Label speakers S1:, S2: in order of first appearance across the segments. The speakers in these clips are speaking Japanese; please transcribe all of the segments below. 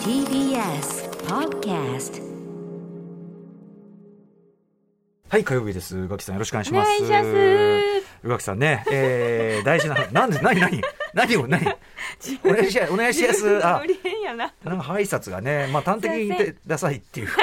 S1: TBS Podcast
S2: はい、火曜日です。宇垣さん、よろしくお願いし
S3: お
S2: ます。
S3: 願いします。
S2: 宇垣さんね、えー、大事な、 なんで、何、何、何を、何。お願いしや、お願いしやす。あ
S3: 無、理変やな。
S2: なんか挨拶がね、まあ端的に言っ
S3: すい
S2: てくださいっていうか、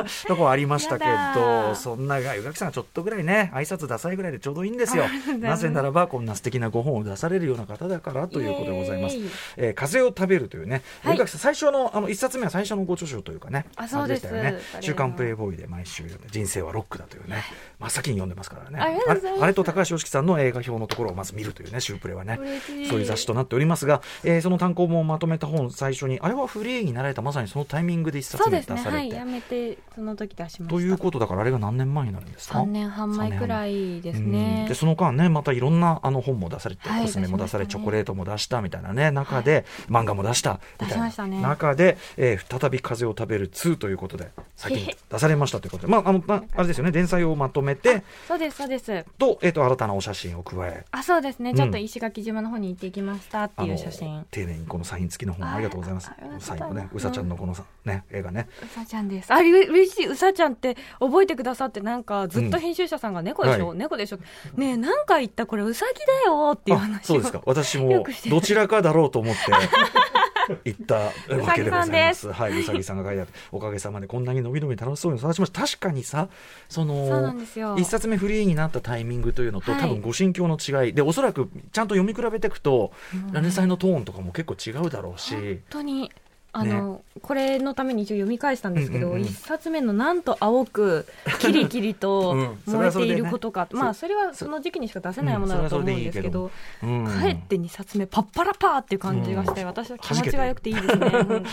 S2: とこはありましたけ
S3: やだ
S2: ど、そんなが、宇垣さんがちょっとぐらいね、挨拶ダサいぐらいでちょうどいいんですよ。なぜならば、こんな素敵なご本を出されるような方だからということでございます
S3: イエーイ。
S2: えー、風を食べるというね、
S3: はい
S2: 宇垣さん、最初の、あの、一冊目は最初のご著書というかね、
S3: あそうです
S2: あれしたよね
S3: あれは
S2: 週刊プレイボーイで毎週、人生はロックだというね、真っ先に読んでますからね。
S3: ありがとうござい
S2: あ
S3: ます
S2: れあれと高橋良樹さんの映画表のところをまず見るというね、シュープレはね
S3: 嬉し、い
S2: そういう雑誌となっておりますが、えーその単行本をまとめた本、最初に、あれはフリーになられた、まさにそのタイミングで一冊
S3: そう
S2: 目
S3: で
S2: 出
S3: すね。
S2: さ
S3: は
S2: れ
S3: い、
S2: て。
S3: やめてその時出しました。
S2: ということだから、あれが何年前になるんですか
S3: 三年半前くらいです
S2: うん
S3: ね
S2: で。その間ねまたいろんなあの本も出されて、
S3: はい
S2: コスメも出され
S3: 出し
S2: チ
S3: ましたね
S2: ョコレートも出したみたいなね中で、漫画も出したみたい
S3: 出し
S2: な
S3: ましたね
S2: 中で、えー再び風を食べる2ということで先に出されましたという ことでまああの、まあ、あれですよね連載をまとめて
S3: そうですそうです。
S2: と,、えー、と新たなお写真を加え
S3: あ、そうですね。
S2: うん
S3: ちょっと石垣島の方に行ってきましたって
S2: あ
S3: い
S2: の
S3: う写真。
S2: 丁寧にこのサイン付きの本ありがとうございます
S3: あありがとうござ
S2: サ
S3: い
S2: イ
S3: ま
S2: ン
S3: す
S2: もねうさちゃんのこのさ、ね映画ね
S3: うさちゃんです。あ、う嬉しい。うさちゃんって覚えてくださってなんかずっと編集者さんが猫でしょ、
S2: は
S3: 猫でしょ。ねえ、何回言ったこれうさぎだよっていう
S2: あ
S3: 話
S2: そ
S3: を。。
S2: うですか私
S3: よ
S2: も
S3: くしてる
S2: どちらかだろうと 思って行ったわけでございます。
S3: うさぎさんです
S2: はい、うさぎさんが書いてあって、おかげさまでこんなに伸び伸び楽しそうに育ちました。確かにさ、そ
S3: そうな
S2: の
S3: んですよ。
S2: 一冊目フリーになったタイミングというのと、
S3: はい
S2: 多分ご心境の違いで、おそらくちゃんと読み比べていくと、
S3: うん
S2: ラネサイのトーンとかも結構違うだろうし
S3: 本、当にあの、これのために一応読み返したんですけど、
S2: うん
S3: 一
S2: うんうん
S3: 冊目のなんと青くキリキリと
S2: うんそれ
S3: 燃え
S2: はそ
S3: て
S2: れ
S3: い
S2: でね
S3: ることか、まあそれはその時期にしか出せないものだと思うんですけど、
S2: うん
S3: かえって二冊目パッパラパーっていう感じがして、
S2: うん
S3: 私は気持ちが良くてい いですね本当に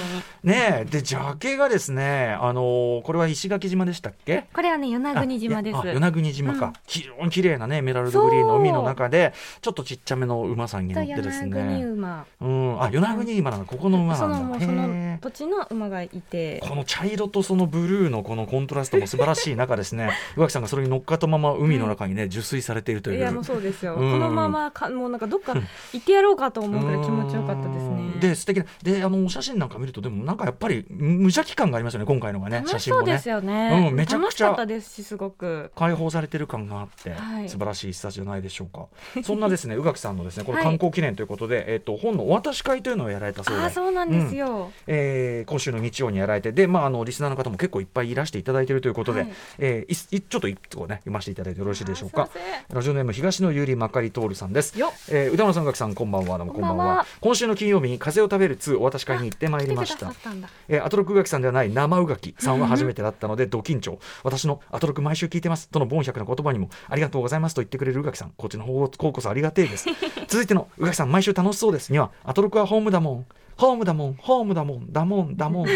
S2: ねえ、で、ジャケがですね、あのーこれは石垣島でしたっけ
S3: これはね与那国島です
S2: あいやあ与那国島か、
S3: うん
S2: 非常に綺麗なねエメラルドグリーンの
S3: そう
S2: 海の中でちょっとちっちゃめの馬さんに乗
S3: と
S2: って
S3: 与
S2: です
S3: 那国
S2: ね
S3: 馬
S2: うんあ与那国馬なんだここの馬
S3: その
S2: なん
S3: も
S2: だ
S3: うそ
S2: へ
S3: の
S2: ー
S3: 土地の馬がいて
S2: この茶色とそのブルーのこのコントラストも素晴らしい中です ね宇垣さんがそれに乗っかったまま海の中にね受水されているという。
S3: いやもうそうですよ、
S2: うん
S3: このままかもうなんかどっか行ってやろうかと思うくらい気持ちよかったですね
S2: うんで素敵なであのお写真なんか見るとでもなんかやっぱり無邪気感がありますよね今回のがね写
S3: 楽し
S2: 真
S3: そ
S2: も
S3: うで
S2: ね
S3: すよね。
S2: うんめちゃくちゃ
S3: 楽しかったですし、すごく。
S2: 解放されてる感があって、
S3: はい
S2: 素晴らしい一冊じゃないでしょうか。そんな ですね、宇垣さんのですね、これ
S3: はい
S2: 観光記念ということで、えっ、と本のお渡し会というのをやられたそうで。
S3: ああ、そうなんですよ。
S2: えー今週の日曜にやられてで、まあ、あのリスナーの方も結構いっぱいいらしていただいているということで、
S3: はい
S2: えーいいちょっと一個ね読ませていただいてよろしいでしょうか
S3: あーすいません
S2: ラジオネーム東のゆりまかりとおるさんです
S3: よっ、
S2: えー、歌村さん宇垣さんこんばんはどうもこんばんは
S3: こんばんは
S2: 今週の金曜日に「風を食べる2」お渡し会に行ってまいりまし
S3: 来てくだ
S2: た
S3: さったんだ。
S2: えーアトロクうがきさんではない生うがきさんは初めてだったのでド緊張私のアトロク毎週聞いてますとのボン百の言葉にもありがとうございますと言ってくれるうがきさんこっちの方こそありがてえです続いてのうがきさん毎週楽しそうですにはアトロクはホームだもんホームだもんホームだもんだもんだもん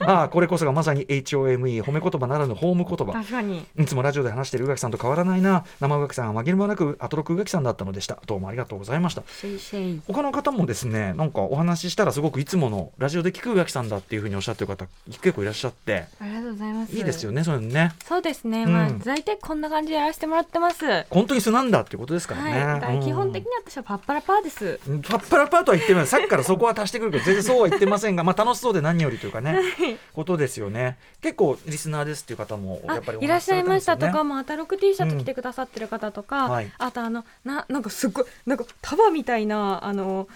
S2: ああこれこそがまさに HOME 褒め言葉ならぬホーム言葉
S3: 確かに。
S2: いつもラジオで話している宇垣さんと変わらないな生宇垣さんは紛れもなくアトロク宇垣さんだったのでしたどうもありがとうございました
S3: シェイシェイ。
S2: 他の方もですねなんかお話ししたらすごくいつものラジオで聞くがきさんだっていうふうにおっしゃってる方結構いらっしゃって
S3: ありがとうございます。
S2: いいですよ。ねそういうのね
S3: そうですね。まあ、
S2: うん
S3: 大体こんな感じでやらせてもらってます。はい。
S2: 本当に素なんだっていうことですからね、
S3: だから基本的
S2: に
S3: に私はパッパラパーです。
S2: パッパラパーとは言ってないさっきからそこは足してくるけど全然そうは言ってません が、まあ、楽しそうで何よりというかね、ことですよね結構リスナーですっていう方も
S3: あ
S2: やっぱりお話し
S3: いらっしゃいまし
S2: さ
S3: た
S2: れ
S3: と
S2: て
S3: か
S2: ん
S3: もアタロク T シャツ着てくださってる方とか、
S2: うんはい
S3: あとあのななんかすっごいなんか束みたいなあの、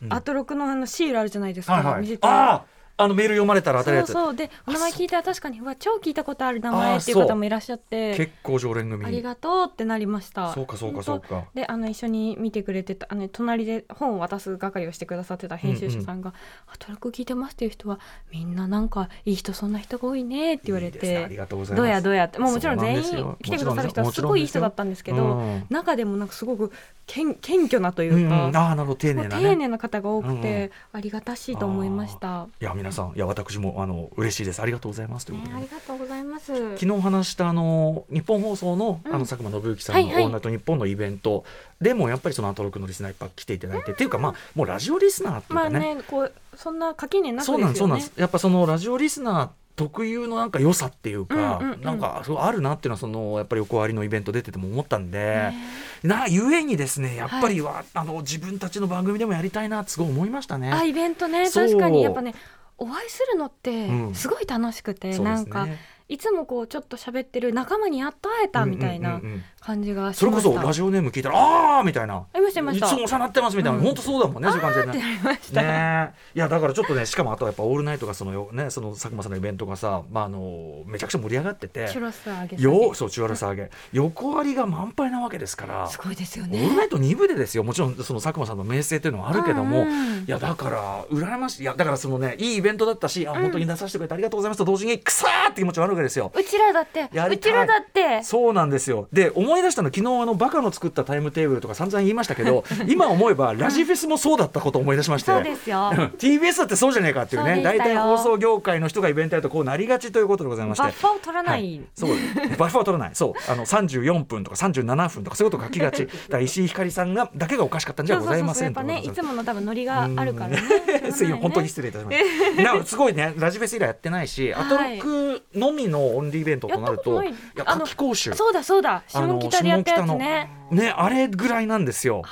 S2: ですよね
S3: アトロクのあのシールあるじゃないです
S2: う
S3: か、
S2: んはいは
S3: 見せ
S2: い
S3: て
S2: あああのメール読まれたら当たるやつ
S3: そうそうでお名前聞いたら確かにうわ超聞いたことある名前っていう方もいらっしゃって
S2: 結構常連組
S3: ありがとうってなりました
S2: そうかそうかそうか
S3: 本当であの一緒に見てくれてたあの隣で本を渡す係をしてくださってた編集者さんが「アトロク聞いてます」っていう人はみんななんかいい人そんな人が多いねって言われ
S2: いいですねあり
S3: て
S2: がとうございます
S3: どうやどうやってもうもちろん
S2: そうなん
S3: 全
S2: ですよ
S3: 員来てくださる人は
S2: もち
S3: す
S2: ろん
S3: ご
S2: ですよ
S3: いいい人だったんですけ
S2: う
S3: ど
S2: ん
S3: 中でもなんかすごく謙謙虚なという
S2: うん
S3: か、
S2: うんああなるほど丁
S3: もう
S2: 寧なね
S3: 丁寧な方が多く
S2: うんう
S3: てありがたしいと思いました。
S2: いや皆さんいや私もあの嬉しいですありがとうございますという
S3: ね
S2: ことで、
S3: ありがとうございます。
S2: 昨日話したあの日本放送のあ
S3: う
S2: の
S3: ん
S2: 佐久間信之さんの「
S3: は
S2: オ
S3: いはい
S2: ールナイトニッポン」のイベントでもやっぱりそのアトロクのリスナーいっぱい来ていただいてっていうかまあもうラジオリスナーっていう
S3: ま
S2: か
S3: あ
S2: ね
S3: ね、こうそんな垣根なくです
S2: そ
S3: よ
S2: う
S3: ね。
S2: なんですそうなんですやっぱそのラジオリスナー特有のなんか良さっていうか、
S3: うんうんうん
S2: なんかそうあるなっていうのはそのやっぱり横割りのイベント出てても思ったんで
S3: ね、
S2: なゆえにですねやっぱりは、あの自分たちの番組でもやりたいなってすごい思いましたね。
S3: あイベントね
S2: そう
S3: 確かにやっぱねお会いするのっ
S2: う
S3: て
S2: ん
S3: すごい楽しくて、
S2: そうで
S3: な
S2: す
S3: ん
S2: ね
S3: かいつもこうちょっと喋ってる仲間にやっと会えたみたい
S2: うん
S3: な
S2: うんうんうん
S3: 感じがし
S2: それ
S3: ま
S2: こ
S3: した、
S2: そラジオネーム聞いたら「あー」みたいな「
S3: ありましたありま
S2: い
S3: した
S2: つもお世話になってます」みたいな、
S3: うん
S2: 本当そうだもんねそういう感じで
S3: っ
S2: ね
S3: て。なりました、
S2: ねえいやだからちょっとねしかもあとはやっぱ「オールナイト」がそのよ、ね、その佐久間さんのイベントがさ、まあ、あのめちゃくちゃ盛り上がってて
S3: チュロスあげ
S2: よそう中原さ上げ横割りが満杯なわけですから
S3: すごいですよ
S2: 「オール
S3: ね
S2: ナイト」2部でですよもちろんその佐久間さんの名声っていうのはあるけども、
S3: うんうん
S2: いやだから羨ましいいやだからそのねいいイベントだったしあ本当に出させてくれてありがとうございますと同時にくさーって気持ちもあるわけですよ。
S3: うちらだって
S2: や
S3: う
S2: りたい
S3: ちらだって
S2: そうなんですよで思い出したの昨日あのバカの作ったタイムテーブルとか散々言いましたけ ど今思えばラジフェスもそうだったことを思い出しまして
S3: そ うですよ
S2: TBS だってそうじゃねえかっていう
S3: そう
S2: ね
S3: でした
S2: 大
S3: よ
S2: 体放送業界の人がイベントやるとこうなりがちということでございま
S3: バ
S2: して
S3: ッファを取らな、
S2: はいそうバッファーは取らないそうあの34分とか37分とかそういうこと書きが ちだから石井ひかりさんがだけがおかしかったんじゃございません
S3: そうそうそうやっぱねい
S2: ということ
S3: つ
S2: で
S3: もの多分ノリがあるからね
S2: うん すいません本当に失礼いたしました なすごいねラジフェス以来やってないし、
S3: はい
S2: アトロックのみのオンリーイベントとなるとい
S3: やったことない
S2: や
S3: あの
S2: 夏期講習
S3: そうだそうだ
S2: あ
S3: 下
S2: の
S3: 北でやったやつ
S2: 下
S3: ね
S2: 北のねあれぐらいなんですよ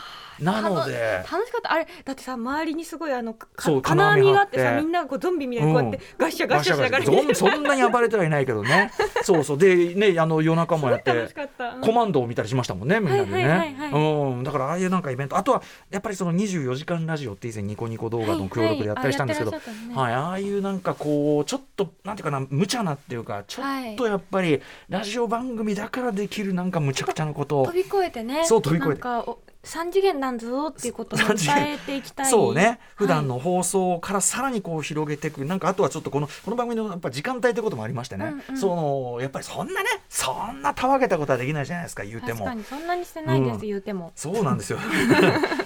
S2: なので
S3: 楽楽しかったあれだってさ周りにすごいあのか
S2: そう
S3: 金網があって
S2: 金網張
S3: さ
S2: って
S3: みんなこうゾンビみたいにこうやって
S2: うん
S3: ガシャガシャしながら
S2: そんそんなに暴れてはいないけど ねそうそうでねあの夜中もやっ
S3: 楽
S2: て
S3: しかったうん
S2: コマンドを見たりしましたもんね、みんなで
S3: はいはい
S2: ね
S3: はい。
S2: うん、だからああいうなんかイベント、あとはやっぱりその24時間ラジオって以前ニコニコ動画の協力でやったりしたんですけど、
S3: は
S2: はい
S3: はいあやってらっしゃったね
S2: い、ああいうなんかこうちょっとなんていうかな無茶なっていうか、ちょっとやっぱりラジオ番組だからできるなんか無茶苦茶なことを
S3: 飛び越えてね
S2: そう飛び越えて
S3: なんかお三次元なんだぞっていうことを
S2: 三次元
S3: 伝えていきたい
S2: そうね普段の放送からさらにこう広げていく、なんかあとはちょっとこのこの番組のやっぱ時間帯ということもありましてね、
S3: うんうん
S2: そのやっぱりそんなねそんなたわけたことはできないじゃないですか言うて
S3: 確
S2: も
S3: か。にそんなにしてないです、
S2: うん
S3: 言うても
S2: そうなんです よ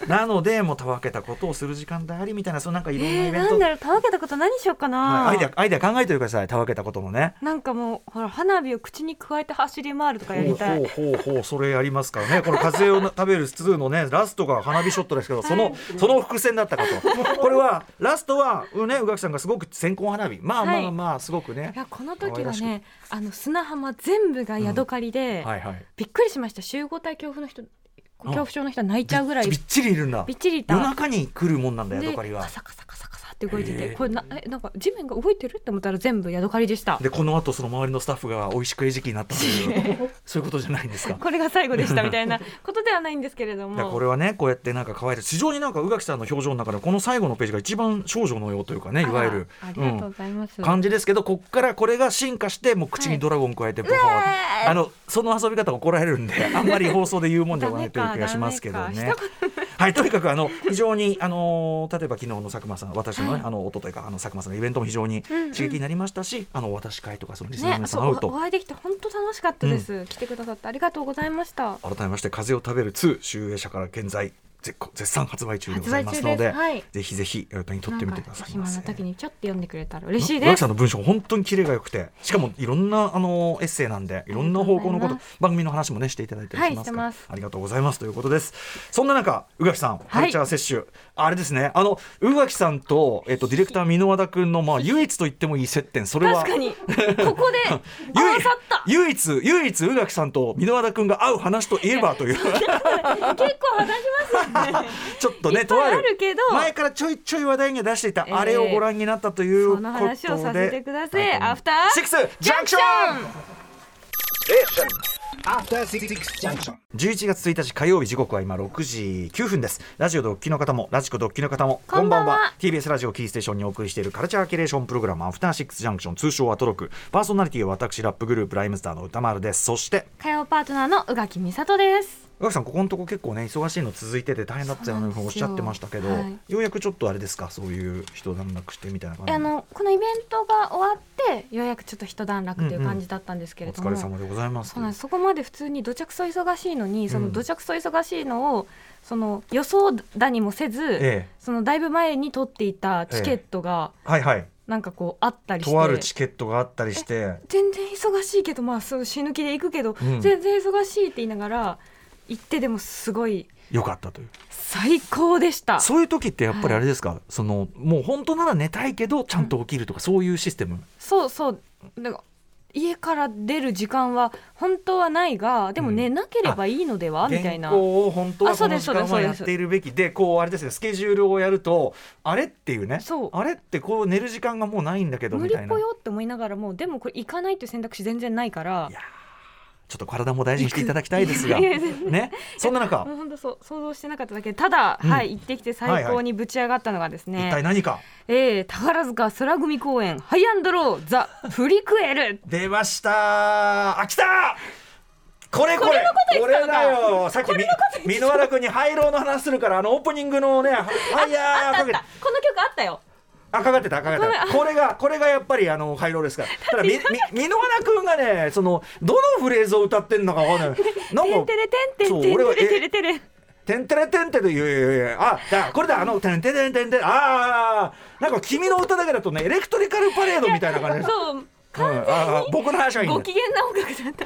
S2: なのでもうたわけたことをする時間でありみたいなそうなんかいろんな
S3: え
S2: イ
S3: ー、
S2: ベン
S3: な
S2: ト、
S3: んだろうたわけたこと何しようかな、
S2: はいアイデアアイデア考えておいてくださいたわけたこともね
S3: なんかもうほら花火を口に加えて走り回るとかやりたい
S2: ほうほうほうほうそれやりますからねこの「風を食べる2」のね ラストが花火ショットですけどそのその伏線だったかとこれはラストはうんね宇垣さんがすごく線香花火まあま
S3: は
S2: あ
S3: い
S2: まあすごくね
S3: い、やこの時
S2: 可愛ら
S3: は
S2: し
S3: ねあの砂浜全部がヤドカリで、
S2: はいはい
S3: びっくりしました集合体恐怖の人恐怖症の人は泣いちゃうぐらい
S2: びっちりいるんだ
S3: びっちりいた
S2: 夜中に来るもんなんだよ
S3: で
S2: ヤドカリが
S3: カ。サカサカサカサって動いて
S2: へ
S3: て
S2: ー
S3: これなえなんか地面が動いてるって思ったら全部ヤドカリでした
S2: でこの後その周りのスタッフが美味しく餌食になったと いうそういうことじゃないんですか。
S3: これが最後 でしたみたいなことではないんですけれど
S2: いや
S3: も
S2: これはねこうやってなんか可愛いです非常になんか宇垣さんの表情の中でこの最後のページが一番少女のようというかねいわゆる
S3: あらあり
S2: う
S3: がとうんございます、
S2: 感じですけどこっからこれが進化してもう口
S3: は
S2: に
S3: い
S2: ドラゴン加えてボ
S3: うわ
S2: カ
S3: ー
S2: あのその遊び方怒られるん であんまり放送で言うもんじゃないという気がしますけど
S3: ダメ
S2: ね
S3: か。
S2: はいとにかくあ の非常にあの例えば昨日の佐久間さん私のね、
S3: はい
S2: あの一昨日かあの佐久間さんのイベントも非常に
S3: うんうん
S2: 刺激になりましたし、あの私会とかそのリスナーの
S3: ね、
S2: 皆さん会
S3: そう
S2: うと
S3: おお会いできて本当楽しかったです、来てくださってありがとうございました
S2: 改めまして「風を食べる2」集英社から現在絶好絶賛発売中でございますの
S3: 発売中
S2: で
S3: ですはい
S2: ぜひぜひお手に取ってみてくださいま
S3: なんか
S2: せ
S3: 暇な時にちょっと読んでくれたら嬉しい
S2: 村
S3: で
S2: 木
S3: す
S2: さんの文章本当にキレが良くてしかもいろんなあのエッセイなんでいろんな方向のこ
S3: ありがとうござい
S2: と
S3: ま
S2: 番組の話もねしていただいてりし
S3: はい
S2: ま
S3: して
S2: すから、
S3: ます
S2: ありがとうございますということですそんな中宇垣さんカルチャー摂取、あれですねあの宇垣さんと、えっと、ディレクター箕輪田君の、まあ、唯一と言ってもいい接点それは
S3: 確かにここ で合わさった
S2: 唯一唯一宇垣さんと箕輪田君が会う話といえばという
S3: 結構話しますよね
S2: ちょっとね
S3: いっぱい
S2: とあ
S3: ある
S2: る
S3: けど
S2: 前からちょいちょい話題には出していた、
S3: えー
S2: あれをご覧になったということ
S3: そ
S2: で
S3: の話をさせてくださいアフター
S2: シックスジャンクション
S4: After Six Junction.
S2: 11月1日火曜日時刻は今6時9分ですラジオドッキの方もラジコドッキの方も
S3: こんばんは
S2: TBS ラジオキーステーションにお送りしているカルチャーキュレーションプログラムアフターシックスジャンクション通称アトロクパーソナリティは私ラップグループライムスターの歌丸ですそして
S3: 火曜パートナーの宇垣美里です
S2: 宇垣さんここのとこ結構ね忙しいの続いてて大変だったよ
S3: そう
S2: ね
S3: なんですよ
S2: おっしゃってましたけど、
S3: はい
S2: ようやくちょっとあれですかそういう人段落してみたいな感じ
S3: あのこのイベントが終わってようやくちょっと一段落という感じだったんですけ
S2: お
S3: れども、
S2: 疲れ様でございます
S3: そうなんですそこまで普通にどちゃくそ忙しいのにそ
S2: うん
S3: のどちゃくそ忙しいのを、その予想だにもせず、
S2: ええ
S3: そのだいぶ前に取っていたチケットが
S2: はいはい
S3: なんかこうあったりして、
S2: とあるチケットがあったりして
S3: 全然忙しいけどまあそう死ぬ気で行くけど、
S2: うん
S3: 全然忙しいって言いながら行ってでもすごい
S2: よかったという
S3: 最高でした
S2: そういう時ってやっぱりあれですか、そのもう本当なら寝たいけどちゃんと起きるとか、そういうシステム
S3: そうそうなんか家から出る時間は本当はないがでも寝なければいいのでは、みたいな
S2: 原稿を本当は
S3: あ
S2: そ
S3: そう
S2: の
S3: です
S2: 時間はやっているべきでこうあれですねスケジュールをやるとあれっていうね
S3: そう
S2: あれってこう寝る時間がもうないんだけど
S3: 無
S2: み
S3: 理
S2: たい
S3: っ
S2: な
S3: ぽ
S2: い
S3: よって思いながらもでもこれ行かないっていう選択肢全然ないから
S2: やーちょっと体も大事にしていただきたいですがねそんな中
S3: もう本当そう想像してなかっただけでただ、
S2: うん
S3: はい行ってきて最高にぶち上がったのがですね、
S2: 一体何か
S3: えー宝塚空組公演ハイアンドローザ・プリクエル
S2: 出ましたあ来たこれこれ
S3: これのこと言ってたのか
S2: だよさっきみ箕輪田君に廃炉の話するからあのオープニングのね「ははいやー」かけて
S3: この曲あったよ
S2: あかかってたかかってたこれがこれがやっぱりあのハイローですからただみみ箕輪田君がねそのどのフレーズを歌ってんのかわかんない
S3: 「
S2: なん
S3: て
S2: か
S3: んてれてんて
S2: そうん
S3: てん
S2: 俺は
S3: てれてれてれ」
S2: てんてれてんてれいやいやいやあだこれだあのてんてれんてんてれあーなんか君の歌だけだとねエレクトリカルパレードみたいな感じで、
S3: そう
S2: うん、あー僕の話はいいんだ
S3: ご機嫌な音楽だった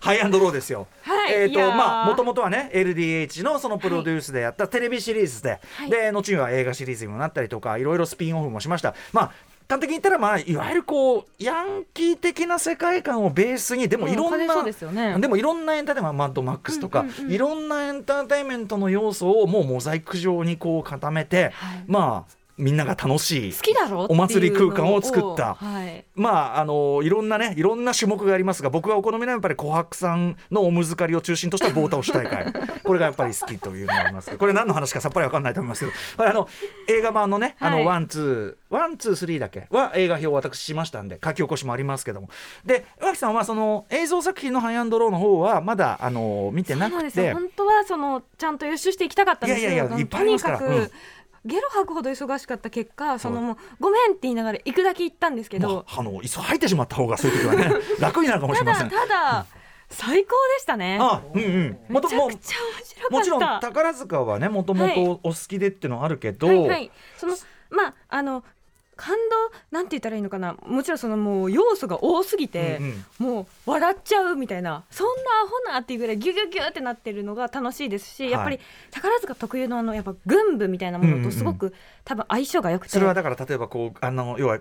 S2: ハイアンドローですよ。
S3: はい
S2: えっ、
S3: い
S2: と
S3: やー
S2: まあもともとはね LDH のそのプロデュースでやったテレビシリーズで、
S3: はい
S2: で後には映画シリーズにもなったりとかいろいろスピンオフもしました。まあ端的に言ったらまあいわゆるこうヤンキー的な世界観をベースにでもいろ
S3: うんんそれそ
S2: な
S3: うですよね
S2: でもいろんなエンターテインメントマッドマックスとか、
S3: うんうんうん
S2: いろんなエンターテインメントの要素をもうモザイク状にこう固めて、
S3: はい
S2: まあみんなが楽しい
S3: 好きだろ
S2: お祭り空間を作
S3: っていうの
S2: った
S3: はい
S2: まあ、あのいろんなねいろんな種目がありますが僕がお好みなのはやっぱり琥珀さんのおむずかりを中心とした棒倒し大 会これがやっぱり好きというのがありますけどこれ何の話かさっぱり分かんないと思いますけどこれあの映画版のねあ
S3: は
S2: の
S3: い
S2: ワンツーワンツースリーだけは映画表を私しましたんで書き起こしもありますけどもで上木さんはその映像作品のハイアンドローの方はまだあの見て
S3: そう
S2: な
S3: なん
S2: く
S3: ですよ
S2: て。
S3: 本当はそのちゃんと予習していきたかったんですけど
S2: いやいやいやいっぱいあ
S3: と
S2: りま
S3: に
S2: すから
S3: かく、
S2: うん
S3: ゲロ吐くほど忙しかった結果そ
S2: そ
S3: の
S2: う
S3: もうごめんって言いながら行くだけ行ったんですけ
S2: ま
S3: ど
S2: あ、あのいっそ入ってしまった方がそういう時は ね楽になるかもしたれま
S3: だ
S2: せん。
S3: ただ最高でしたね
S2: あうんうん、もと
S3: めちゃ
S2: も
S3: くちゃ
S2: もち
S3: 面白
S2: ろん
S3: かった
S2: 宝塚はねもとも
S3: はい
S2: とお好きでっていうのはあるけど、
S3: はいはいそのまああの感動なんて言ったらいいのかなもちろんそのもう要素が多すぎて、
S2: うんうん
S3: もう笑っちゃうみたいなそんなアホなっていうぐらいギュギュギュってなってるのが楽しいですし、
S2: はい
S3: やっぱり宝塚特有のあのやっぱ軍部みたいなものとすごく、多分相性が良くて
S2: それはだから例えばこうあの要は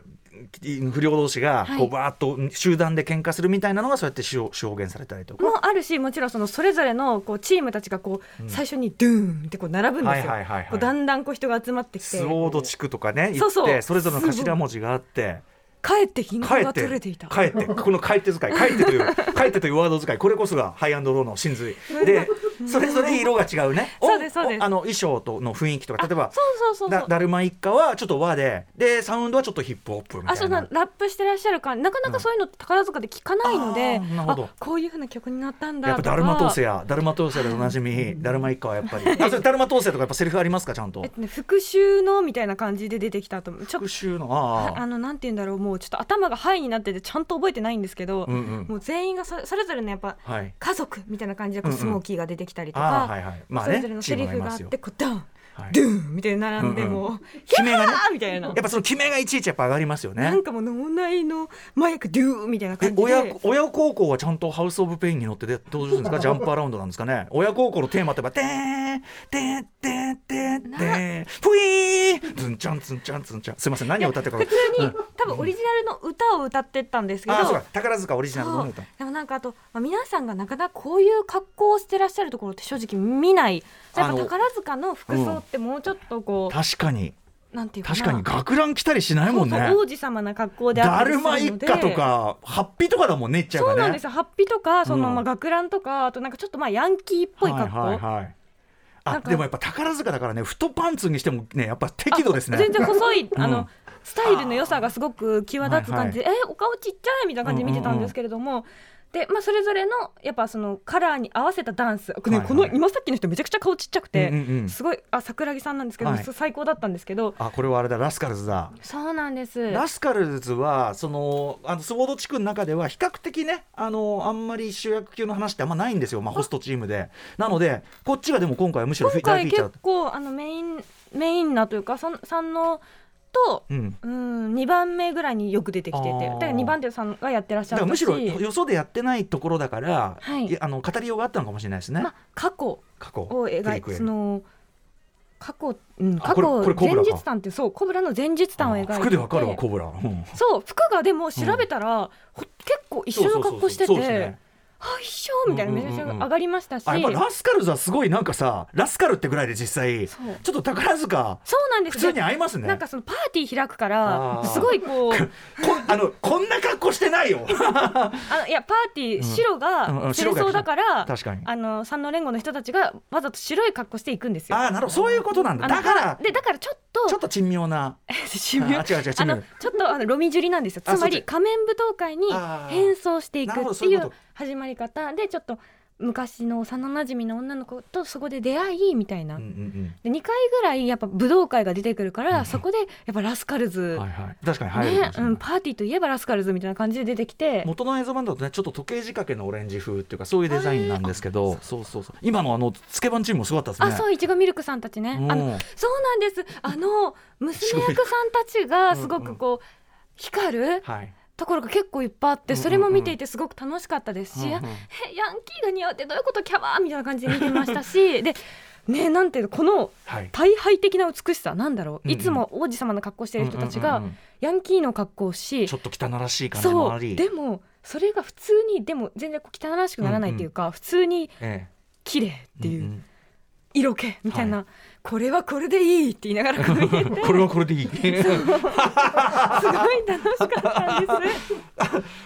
S2: 不良同士が
S3: はい
S2: こうバーッと集団で喧嘩するみたいなのがそうやって表表現されたりとか。
S3: もあるしもちろんそのそれぞれのこうチームたちがこう、
S2: うん
S3: 最初にドゥーンってこう並ぶんですよ、
S2: はいはいはいはい
S3: こうだんだんこう人が集まってきて
S2: スウォード地区とかね行って
S3: そう
S2: そ
S3: そう
S2: れぞれの頭文字があって
S3: 帰って銀
S2: 帰
S3: 行
S2: っ
S3: が
S2: て
S3: 取れていた
S2: 帰ってこの帰って 使い帰ってという帰ってというワード使いこれこそがハイアンドローの真 髄でそれぞれ色が違うね
S3: そうですそうです
S2: おおあの衣装との雰囲気とか例えば
S3: そうそうそうそ
S2: だ
S3: う
S2: だるま一家はちょっと和ででサウンドはちょっとヒップホップみた
S3: あそ
S2: い
S3: んな
S2: な
S3: ラ。ップしてらっしゃる感じなかなかそういうの宝塚で聞かないので、
S2: あーなるほど
S3: あこういうふうな曲になったんだ
S2: やっぱ
S3: とか
S2: だるま統制やだるま統制でおなじみだるま一家はやっぱりあそれだるま統制とかやっぱセリフありますかちゃんと
S3: えっとね、復讐のみたいな感じで出てきたと思うちょっ
S2: 復
S3: と
S2: 習の
S3: あ
S2: ああ
S3: あのなんて言うんだろうもうちょっと頭がハイになっててちゃんと覚えてないんですけど、
S2: うんうん
S3: もう全員がそそれぞれのやっぱ
S2: はい
S3: 家族みたいな感じでこ
S2: う
S3: うん
S2: うん
S3: スモーキーが出てきたりと
S2: あ
S3: か、
S2: あはいはいまあ
S3: それぞれ
S2: ね
S3: の
S2: チ
S3: セ
S2: ーム
S3: リ
S2: がい
S3: フ
S2: ま
S3: があっ
S2: すよ
S3: てこうドン
S2: はい
S3: ドゥンみたいに並んで
S2: うんうん
S3: もう、
S2: 悲鳴がね
S3: あーみたいな、
S2: やっぱその決めがいちいちやっぱ上がりますよ
S3: な
S2: ね
S3: んかもう脳内の麻薬ドゥーみたいな感
S2: え
S3: じで
S2: 親親孝行はちゃんとハウス・オブ・ペインに乗ってでどうするんですかジャンプアラウンドなんですかね親孝行のテーマってば「てーんてーんてーんてーんてーんふいーんつんちゃんつんちゃんつんちゃん」すいません何を歌ってるか
S3: 普通に多分オリジナルの歌を歌ってたんですけど、
S2: ああそうか宝塚オリジナル
S3: そ
S2: の
S3: う
S2: 歌
S3: でもなんかあと、まあ、皆さんがなかなかこういう格好をしてらっしゃるところって正直見ないや
S2: あ
S3: っぱ
S2: の
S3: 宝塚の服装ってもうちょっとこう、
S2: 確かに
S3: なんていうかな
S2: 確かに学ラン来たりしないもんね
S3: そうそう王子様な格好であ
S2: だ
S3: ったり
S2: る
S3: す
S2: ま
S3: る
S2: 一
S3: ので
S2: 家とかハッピーとかだもんねっちゃん
S3: そう
S2: が
S3: なん
S2: ね
S3: ですよハッピーとかその、
S2: うん
S3: まあ学ランとかあとなんかちょっとまあヤンキーっぽい格好、
S2: はいはいはいあ
S3: なんか
S2: でもやっぱ宝塚だからね太パンツにしてもねやっぱ適度ですね
S3: 全然細いあの、
S2: うん
S3: スタイルの良さがすごく際立つ感じで、えお顔ちっちゃいみたいな感じで見てたんですけれども、でまあ、それぞれのやっぱそのカラーに合わせたダンス、ね
S2: はいはい
S3: この今さっきの人めちゃくちゃ顔ちっちゃくて、
S2: うんうんうん
S3: すごいあ桜木さんなんですけど、
S2: はい
S3: 最高だったんですけど
S2: あこれはあれだラスカルズだ
S3: そうなんです
S2: ラスカルズはそのあのスウォード地区の中では比較的ねあのあんまり主役級の話ってあんまないんですよ、まあ、ホストチームでなのでこっちがでも今回はむしろフィ
S3: 今
S2: 大
S3: 回
S2: フィーチャ
S3: 結
S2: ー
S3: 構あのメインメインなというか三三のと
S2: うん
S3: うん2番目ぐらいによく出てきてて
S2: あ
S3: だ
S2: ー
S3: から2番手さんがやってらっし
S2: だ
S3: ゃ
S2: か
S3: る
S2: らむし
S3: し
S2: ろよそでやってないところだから、
S3: はい
S2: いやあの語りようがあったのかもしれないですね、
S3: まあ、過去
S2: 過去
S3: を
S2: クリ
S3: 描
S2: ク
S3: い
S2: エ
S3: その過去、うん、
S2: あ
S3: 過
S2: これこ
S3: 去
S2: れコブ
S3: 前
S2: ラか
S3: 日譚ってそうコブラの前日譚を描いてて
S2: 服でわかるわコブラ、うん
S3: そう服がでも調べたら、ほ結構一緒の格好して
S2: そうそうそうそうです
S3: て
S2: ね
S3: あ一緒みたいなめちゃめちゃ
S2: うんうんうんうん
S3: 上がりましたし、
S2: あやっぱラスカルズはすごいなんかさラスカルってぐらいで実際ち
S3: そ
S2: ょ
S3: う
S2: っと宝塚
S3: そうなんです
S2: 普通に合いますね
S3: なんかそのパーティー開くから
S2: あー
S3: すごいこう
S2: こあのこんな格好してないよ
S3: あのいやパーティー
S2: うん
S3: 白
S2: うんう
S3: が
S2: ん
S3: 戦
S2: 白が
S3: 争だから、
S2: 確かに
S3: あの三能連合の人たちがわざと白い格好していくんですよ。
S2: ああなるほどそういうことなんだ
S3: あの
S2: だから
S3: でだからちょっと
S2: ちょっと珍妙な
S3: 渋谷
S2: あ違う違う
S3: あ
S2: 違
S3: の
S2: う
S3: ちょっとあのロミジュリなんですよ
S2: あ
S3: つま
S2: そ
S3: り
S2: っち
S3: 仮面舞踏会に
S2: あー
S3: 変装していく
S2: なるほど
S3: って
S2: そうい
S3: いう
S2: こ
S3: う
S2: と
S3: 始まり方でちょっと昔の幼なじみの女の子とそこで出会いみたいな、
S2: うんうん
S3: で2回ぐらいやっぱ武道会が出てくるから、
S2: うん
S3: そこでやっぱラスカルズ、
S2: うんはいはい確かに入るか
S3: ね
S2: もし
S3: う
S2: れない
S3: ん、パーティーといえばラスカルズみたいな感じで出てきて
S2: 元の映像版だとねちょっと時計仕掛けのオレンジ風っていうかそういうデザインなんですけどそうそうそう今のあのつけ版チームもすごかった
S3: あ
S2: ですね
S3: そういちごミルクさんたちね、あの
S2: うん
S3: そうなんですあの娘役さんたちがすごくこう光る
S2: はい
S3: ところが結構いっぱいあってそれも見ていてすごく楽しかったですし、
S2: うんうん
S3: えヤンキーが似合うってどういうことキャバーみたいな感じで見てまし たしでねなんていうのこの
S2: はい
S3: 大敗的な美しさなんだろう、
S2: うんうん
S3: いつも王子様の格好してる人たち
S2: うん
S3: が
S2: うんうん
S3: ヤンキーの格好をし、
S2: ちょっと汚らしい感じも
S3: そ
S2: あ
S3: う
S2: り
S3: でもそれが普通にでも全然こう汚らしくならないっていうか、普通に
S2: え
S3: 綺麗っ
S2: え
S3: てい
S2: ん
S3: うん色気みたいな、
S2: は
S3: これはこれでいいって言いながらこう見ててすごい
S2: これはこれでいい
S3: 楽しかったんです。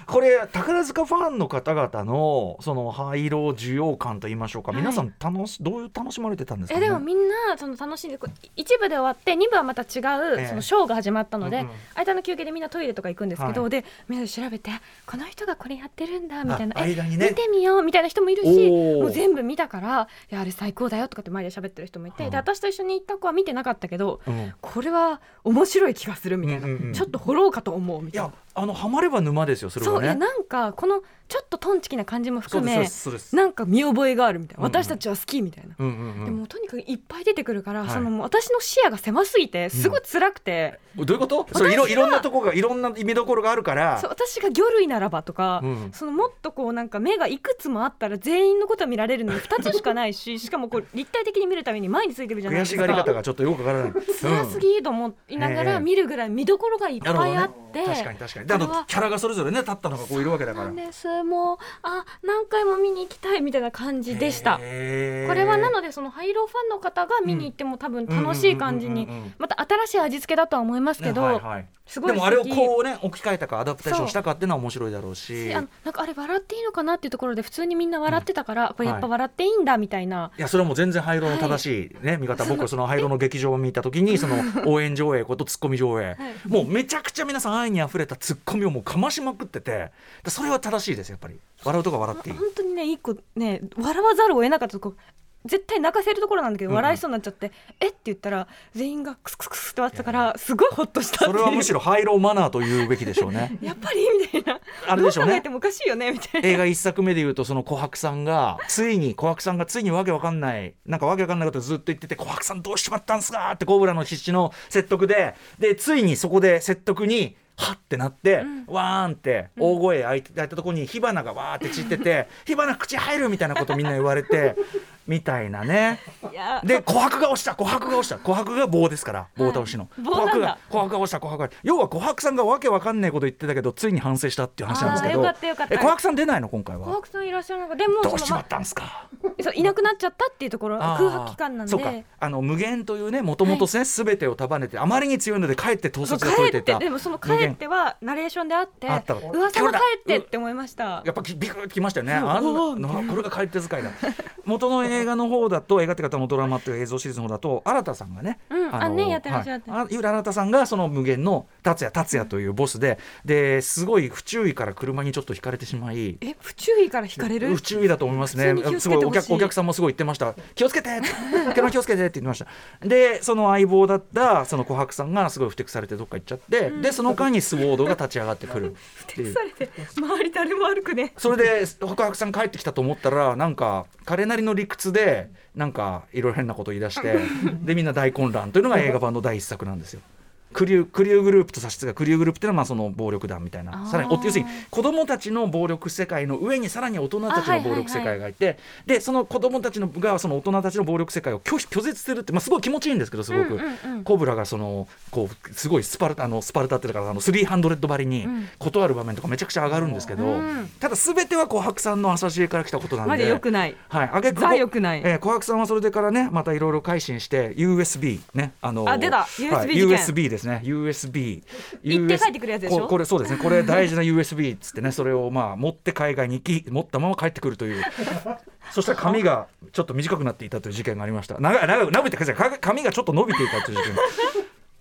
S2: これ宝塚ファンの方々のその灰色需要感と言いましょうか、
S3: はい
S2: 皆さん楽しどういう楽しまれてたんですか、
S3: え
S2: ね、
S3: でもみんなその楽しんでこう一部で終わって二部はまた違
S2: え
S3: う
S2: え
S3: そのショーが始まったので、
S2: うんうん
S3: 間の休憩でみんなトイレとか行くんですけど、
S2: はい
S3: でみんなで調べてこの人がこれやってるんだみたいな
S2: あ
S3: え
S2: 間にね
S3: 見てみようみたいな人もいるし
S2: おー
S3: もう全部見たからいやあれ最高だよとかって前で喋ってる人もいて、
S2: うん
S3: で私と一緒に行った子は見てなかったけど
S2: うん
S3: これは面白い気がするみたいな、
S2: うんうんうん
S3: ちょっと掘ろうかと思うみ
S2: い
S3: たいな
S2: やあのハマれば沼ですよそれ
S3: そういや
S2: はね
S3: なんかこのちょっとトンチキな感じも
S2: そう
S3: 含
S2: ですそう
S3: め
S2: ですそうです
S3: なんか見覚えがあるみたいな
S2: うんうん
S3: 私たちは好きみたいな。
S2: うんうん
S3: で
S2: うん
S3: もとにかくいっぱい出てくるから、
S2: はい
S3: そのもう私の視野が狭すぎてすごい辛くて、
S2: どういうことそういろいろんなとこがいろんな見どころがあるから
S3: そう私が魚類ならばとか、
S2: うん
S3: そのもっとこうなんか目がいくつもあったら全員のことは見られるのに2つしかな いししかもこう立体的に見るために前についてるじゃな
S2: 悔
S3: いです
S2: し
S3: か。
S2: がり方がちょっとよくわからない
S3: 辛すぎと思いなが
S2: え
S3: ら
S2: え
S3: 見るぐらい見どころがいっ
S2: なるほ
S3: ぱい
S2: ど
S3: あ
S2: ね
S3: って、
S2: 確かに確かにであ
S3: これは
S2: とキャラがそれぞれね立ったのがこういるわけだか
S3: な
S2: ら
S3: んですもうあ何回も見に行きたいみたいな感じでした。
S2: へー
S3: これはなのでそのハイローファンの方が見に行っても多分楽しい感じに
S2: うんうんうんうんうん
S3: また新しい味付けだとは思いますけど、
S2: ねはいはい
S3: すごい
S2: で
S3: 素
S2: も
S3: 敵
S2: あれをこうね置き換えたかアダプテーションしたかっていうのは面白いだろうし
S3: あのなんかあれ笑っていいのかなっていうところで普通にみんな笑ってたから、これやっ
S2: は
S3: ぱ
S2: い
S3: 笑っていいんだみたいな、
S2: いやそれはもう全然灰色の正しい、ね見方僕はその灰色の劇場を見た時にその応援上映ことツッコミ上映、
S3: はい
S2: もうめちゃくちゃ皆さん愛にあふれたツッコミをもうかましまくっててでそれは正しいですやっぱり笑うとか笑 っていい
S3: 本。当にね一個ね笑わざるを得なかったとこ絶対泣かせるところなんだけど、
S2: うんうん
S3: 笑いそうになっちゃってえって言ったら全員がクスクスクスって笑ってたからすごいホッとしたって
S2: そ
S3: いう。
S2: れはむしろ灰色マナーというべきでしょうね
S3: やっぱりみたいな
S2: あれでしょう
S3: どう考え
S2: ね
S3: て。もおかしいよねみたいな
S2: 映画一作目で言うとその琥珀さんがついに琥珀さんがついにわけわかんないなんかわけわかんないことずっと言ってて琥珀さんどうしちまったんすかってコブラの必死の説得ででついにそこで説得にはってなって、わーんって大声開いて開いたところに火花がわーって散ってて火花口入るみたいなことみんな言われてみた いなね
S3: いや
S2: で琥珀が落ちた琥珀が落ちた琥珀が棒ですから棒倒しの、
S3: 棒なん
S2: 琥珀
S3: だ
S2: が琥珀が落ちた琥珀が要は琥珀さんがわけわかんないこと言ってたけどついに反省したっていう話なんですけ
S3: あーよ
S2: ど
S3: かったよかった
S2: え琥珀さん出ないの今回は
S3: 小白さんいらっしゃるのかでも
S2: どうし
S3: そ
S2: ち
S3: の
S2: まったんですか
S3: まそういなくなっちゃったっていうところ
S2: あー
S3: 空白期間なんで
S2: そうかあの無限というねもともとねすべてを束ねてあまりに強いのでかえって統
S3: そう
S2: 率が取れ
S3: 帰
S2: て
S3: っ
S2: いた
S3: てでもその帰ってはナレーションであって
S2: あったわ
S3: 噂の帰ってって思いました
S2: やっぱきビクッときました よね。
S3: そう
S2: あん
S3: おー
S2: なのこれが帰って使いだ。 元の映画の方だと映画っていうかあのドラマっていうか映像シリーズの方だと新田さんがね、
S3: うんあねやってらっしゃって
S2: はい、あいわゆる新田さんがその無限の達也達也というボスでですごい不注意から車にちょっと引かれてしまい。
S3: え不注意から引かれる
S2: 不注意だと思いますね
S3: 普通に気をつけてほしい
S2: すごいお客お客さんもすごい言ってました気をつけて 車気をつけてって言ってましたでその相棒だったその琥珀さんがすごいふてくされてどっか行っちゃって、でその間にスウォードが立ち上がってくるっていう
S3: されて周り誰も悪くね
S2: それで琥珀さん帰ってきたと思ったらなんか彼なりの理屈で なんかいろいろ変なこと言い出してでみんな大混乱というのが映画版の第一作なんですよ。クリュークリューグループと差し支えクリューグループっていうのはまあその暴力団みたい
S3: あ
S2: な
S3: ー
S2: さらにお要するに子どもたちの暴力世界の上にさらに大人たち
S3: あ
S2: の
S3: はいはい
S2: 暴力世界がいて、でその子どもたちのがその大人たちの暴力世界を拒否拒絶するって、まあ、すごい気持ちいいんですけどすごく、
S3: うんうんうん
S2: コブラがそのこうすごいスパルタあのスパルタってだからあの300ばりに
S3: うん
S2: 断る場面とかめちゃくちゃ上がるんですけど、
S3: うん
S2: ただ全ては琥珀さんの朝知恵から来たことなんで。
S5: マジ良くない
S2: はい、あげく
S5: ザ良くない
S2: えー、琥珀さんはそれでからねまたいろいろ改心して USB ねあのー
S5: あ出た USB
S2: はい
S5: 事件
S2: USB ですね USB
S5: 行って帰ってくるやつでしょ
S2: ここれそうですねこれ大事な USB っつってねそれをまあ持って海外に行き持ったまま帰ってくるという そしたら髪がちょっと短くなっていたという事件がありました長い長く伸びてください髪がちょっと伸びていたという事件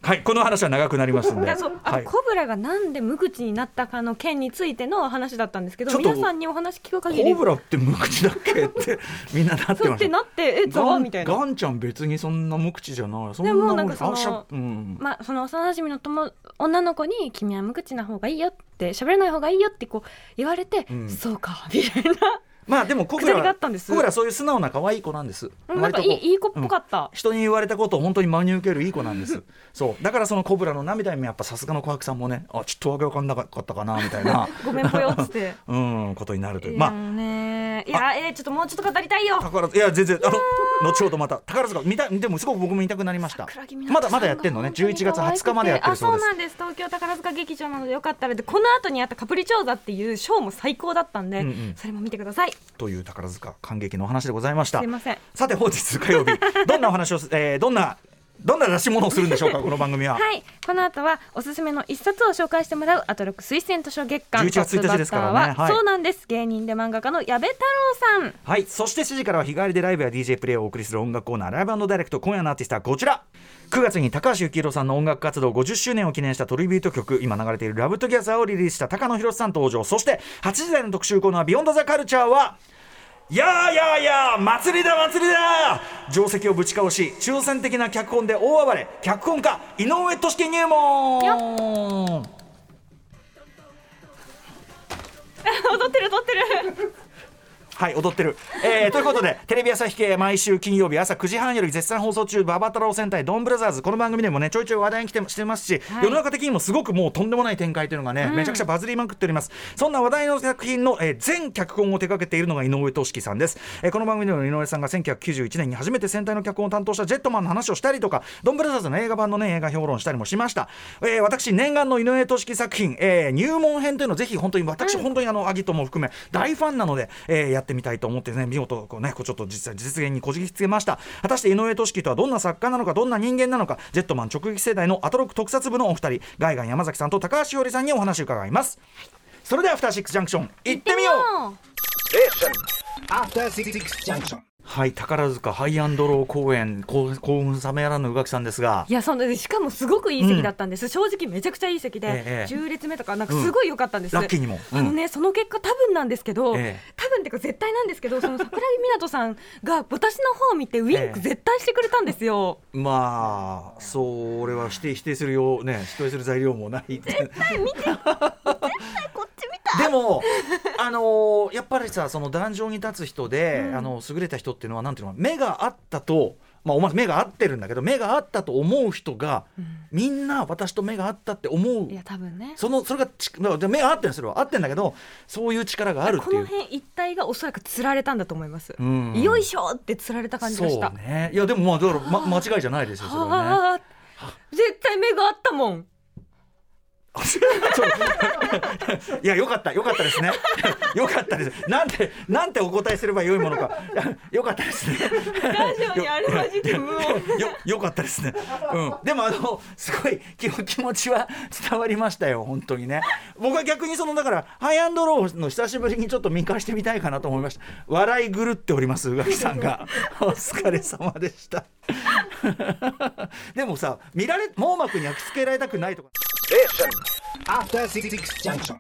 S2: はいこの話は長くなりますんで
S3: あそうあ
S2: は
S3: の
S2: い
S3: コブラがなんで無口になったかの件についての話だったんですけ
S2: ち
S3: ど
S2: ょっと
S3: 皆さんにお話聞く限り
S2: コブラって無口だっけってみんななって
S3: そう
S2: ました
S3: ってなって えざわ
S2: ガン
S3: みたいな
S2: ガンちゃん別にそんな無口じゃないそんな
S3: でも
S2: 俺
S3: なんかその
S2: あしゃうん
S3: まあ、その幼馴染の友女の子に「君は無口な方がいいよ」って喋らない方がいいよってこう言われて「
S2: うん
S3: そうか」みたいな
S2: まあでもコブ
S3: くだりが
S2: ラ
S3: あったんです
S2: コブラそういう素直な可愛い子なんです
S3: なんかい
S2: 割とこう
S3: いいい子っぽかった、
S2: 人に言われたことを本当に真に受けるいい子なんですそうだからそのコブラの涙にやっぱさすがの琥珀さんもねあちょっとわけわかんなかったかなみたい な
S3: ごめんぽよっつって。
S2: うんことになるという
S3: い
S2: ま
S3: や
S2: あ
S3: ねいやえーちょっともうちょっと語りたいよ
S2: 宝塚いや全然あの後ほどまた宝塚見たでもすごく僕も見たくなりました
S3: 桜木
S2: ま
S3: 港さ
S2: だ
S3: ん
S2: まだやってんのね
S3: が本当
S2: 11
S3: に
S2: 月
S3: 可愛く
S2: 20
S3: て
S2: 日までやってるそうです
S3: あそうなんです東京宝塚劇場なのでよかったらでこの後にあった「カプリチョーザ」っていうショーも最高だったんで、
S2: うんうん
S3: それも見てくださいす
S2: という宝塚感激のお話でございました
S3: いません
S2: さて本日火曜日どんなお話をす、えーどんなどんな出し物をするんでしょうかこの番組は。
S3: はい、この後はおすすめの一冊を紹介してもらうアトロック推薦図書月間
S2: 11月1日ですからね
S3: トップバッターは
S2: はい
S3: そうなんです芸人で漫画家の矢部太郎さん
S2: はい、そして7時からは日帰りでライブや DJ プレイをお送りする音楽コーナーライブダイレクト今夜のアーティストはこちら9月に高橋幸宏さんの音楽活動50周年を記念したトリビュート曲今流れている「ラブトギャザーをリリースした高野宏さん登場そして8時台の特集コーナー「ビヨンドザカルチャーはやーやーやー祭りだ祭りだ定石をぶちかわし抽選的な脚本で大暴れ脚本家井上俊樹入門
S3: 踊ってる踊ってる
S2: はい踊ってる、えーということでテレビ朝日系毎週金曜日朝9時半より絶賛放送中「ババ太郎戦隊ドンブラザーズ」この番組でもねちょいちょい話題に来てしてますし、世の中的にもすごくもうとんでもない展開というのがね、めちゃくちゃバズりまくっておりますそんな話題の作品の、えー全脚本を手掛けているのが井上俊樹さんです、えーこの番組でも井上さんが1991年に初めて戦隊の脚本を担当したジェットマンの話をしたりとかドンブラザーズの映画版のね映画評論したりもしました、えー私念願の井上俊樹作品、えー入門編というのをぜひ本当に私本当にあのアギトも含め大ファンなので、えーやってみたいと思ってね見事こうねこうちょっと実際実現にこじきつけました果たして井上俊樹とはどんな作家なのかどんな人間なのかジェットマン直撃世代のアトロック特撮部のお二人ガイガン山崎さんと高橋よりさんにお話を伺いますそれではアフターシックスジャンクション行ってみよう
S4: After Six Junction.
S2: はい宝塚ハイアンドロー公演興興奮冷めやらぬ宇垣さんですが
S3: いやそのしかもすごくいい席だったんです、正直めちゃくちゃいい席で、
S2: ええ
S3: 10列目とかなんかすごい良かったんです、
S2: ラッキーにも、うん
S3: あのねその結果多分なんですけど、
S2: ええ
S3: 多分ってか絶対なんですけどそ の桜木湊さんが私の方を見てウィンク絶対してくれたんですよ、
S2: まあそれは否定否定するようね否定する材料も ない
S3: こっち見
S2: でもあのーやっぱりさその壇上に立つ人で、あの優れた人っていうのはなんていうのかな目があったと。まあ、お前目が合ってるんだけど目があったと思う人が、みんな私と目があったって思う
S3: いや多分ね
S2: そのそれがちだから目が合ってるんですよ合ってるんだけどそういう力があるって
S3: こ
S2: い
S3: の
S2: う。
S3: 辺一帯がおそらくつられたんだと思います、
S2: うん
S3: よいしょってつられた感じがした、
S2: そうねいやでもまあだから、ま、間違いじゃないですよそれはね。
S3: はあ絶対目があったもん
S2: そう いやよかったよかったですね よかったですなんてなんてお答えすればよいものか よかったですね
S3: ラジオにあるまじき無音
S2: よよかったですね、うん、でもあのすごい気気持ちは伝わりましたよ本当にね僕は逆にそのだからハイアンドローの久しぶりにちょっと見返してみたいかなと思いました笑い狂っております宇垣さん がお疲れ様でした でもさ見られ網膜に焼き付けられたくないとか
S4: After Six Junction.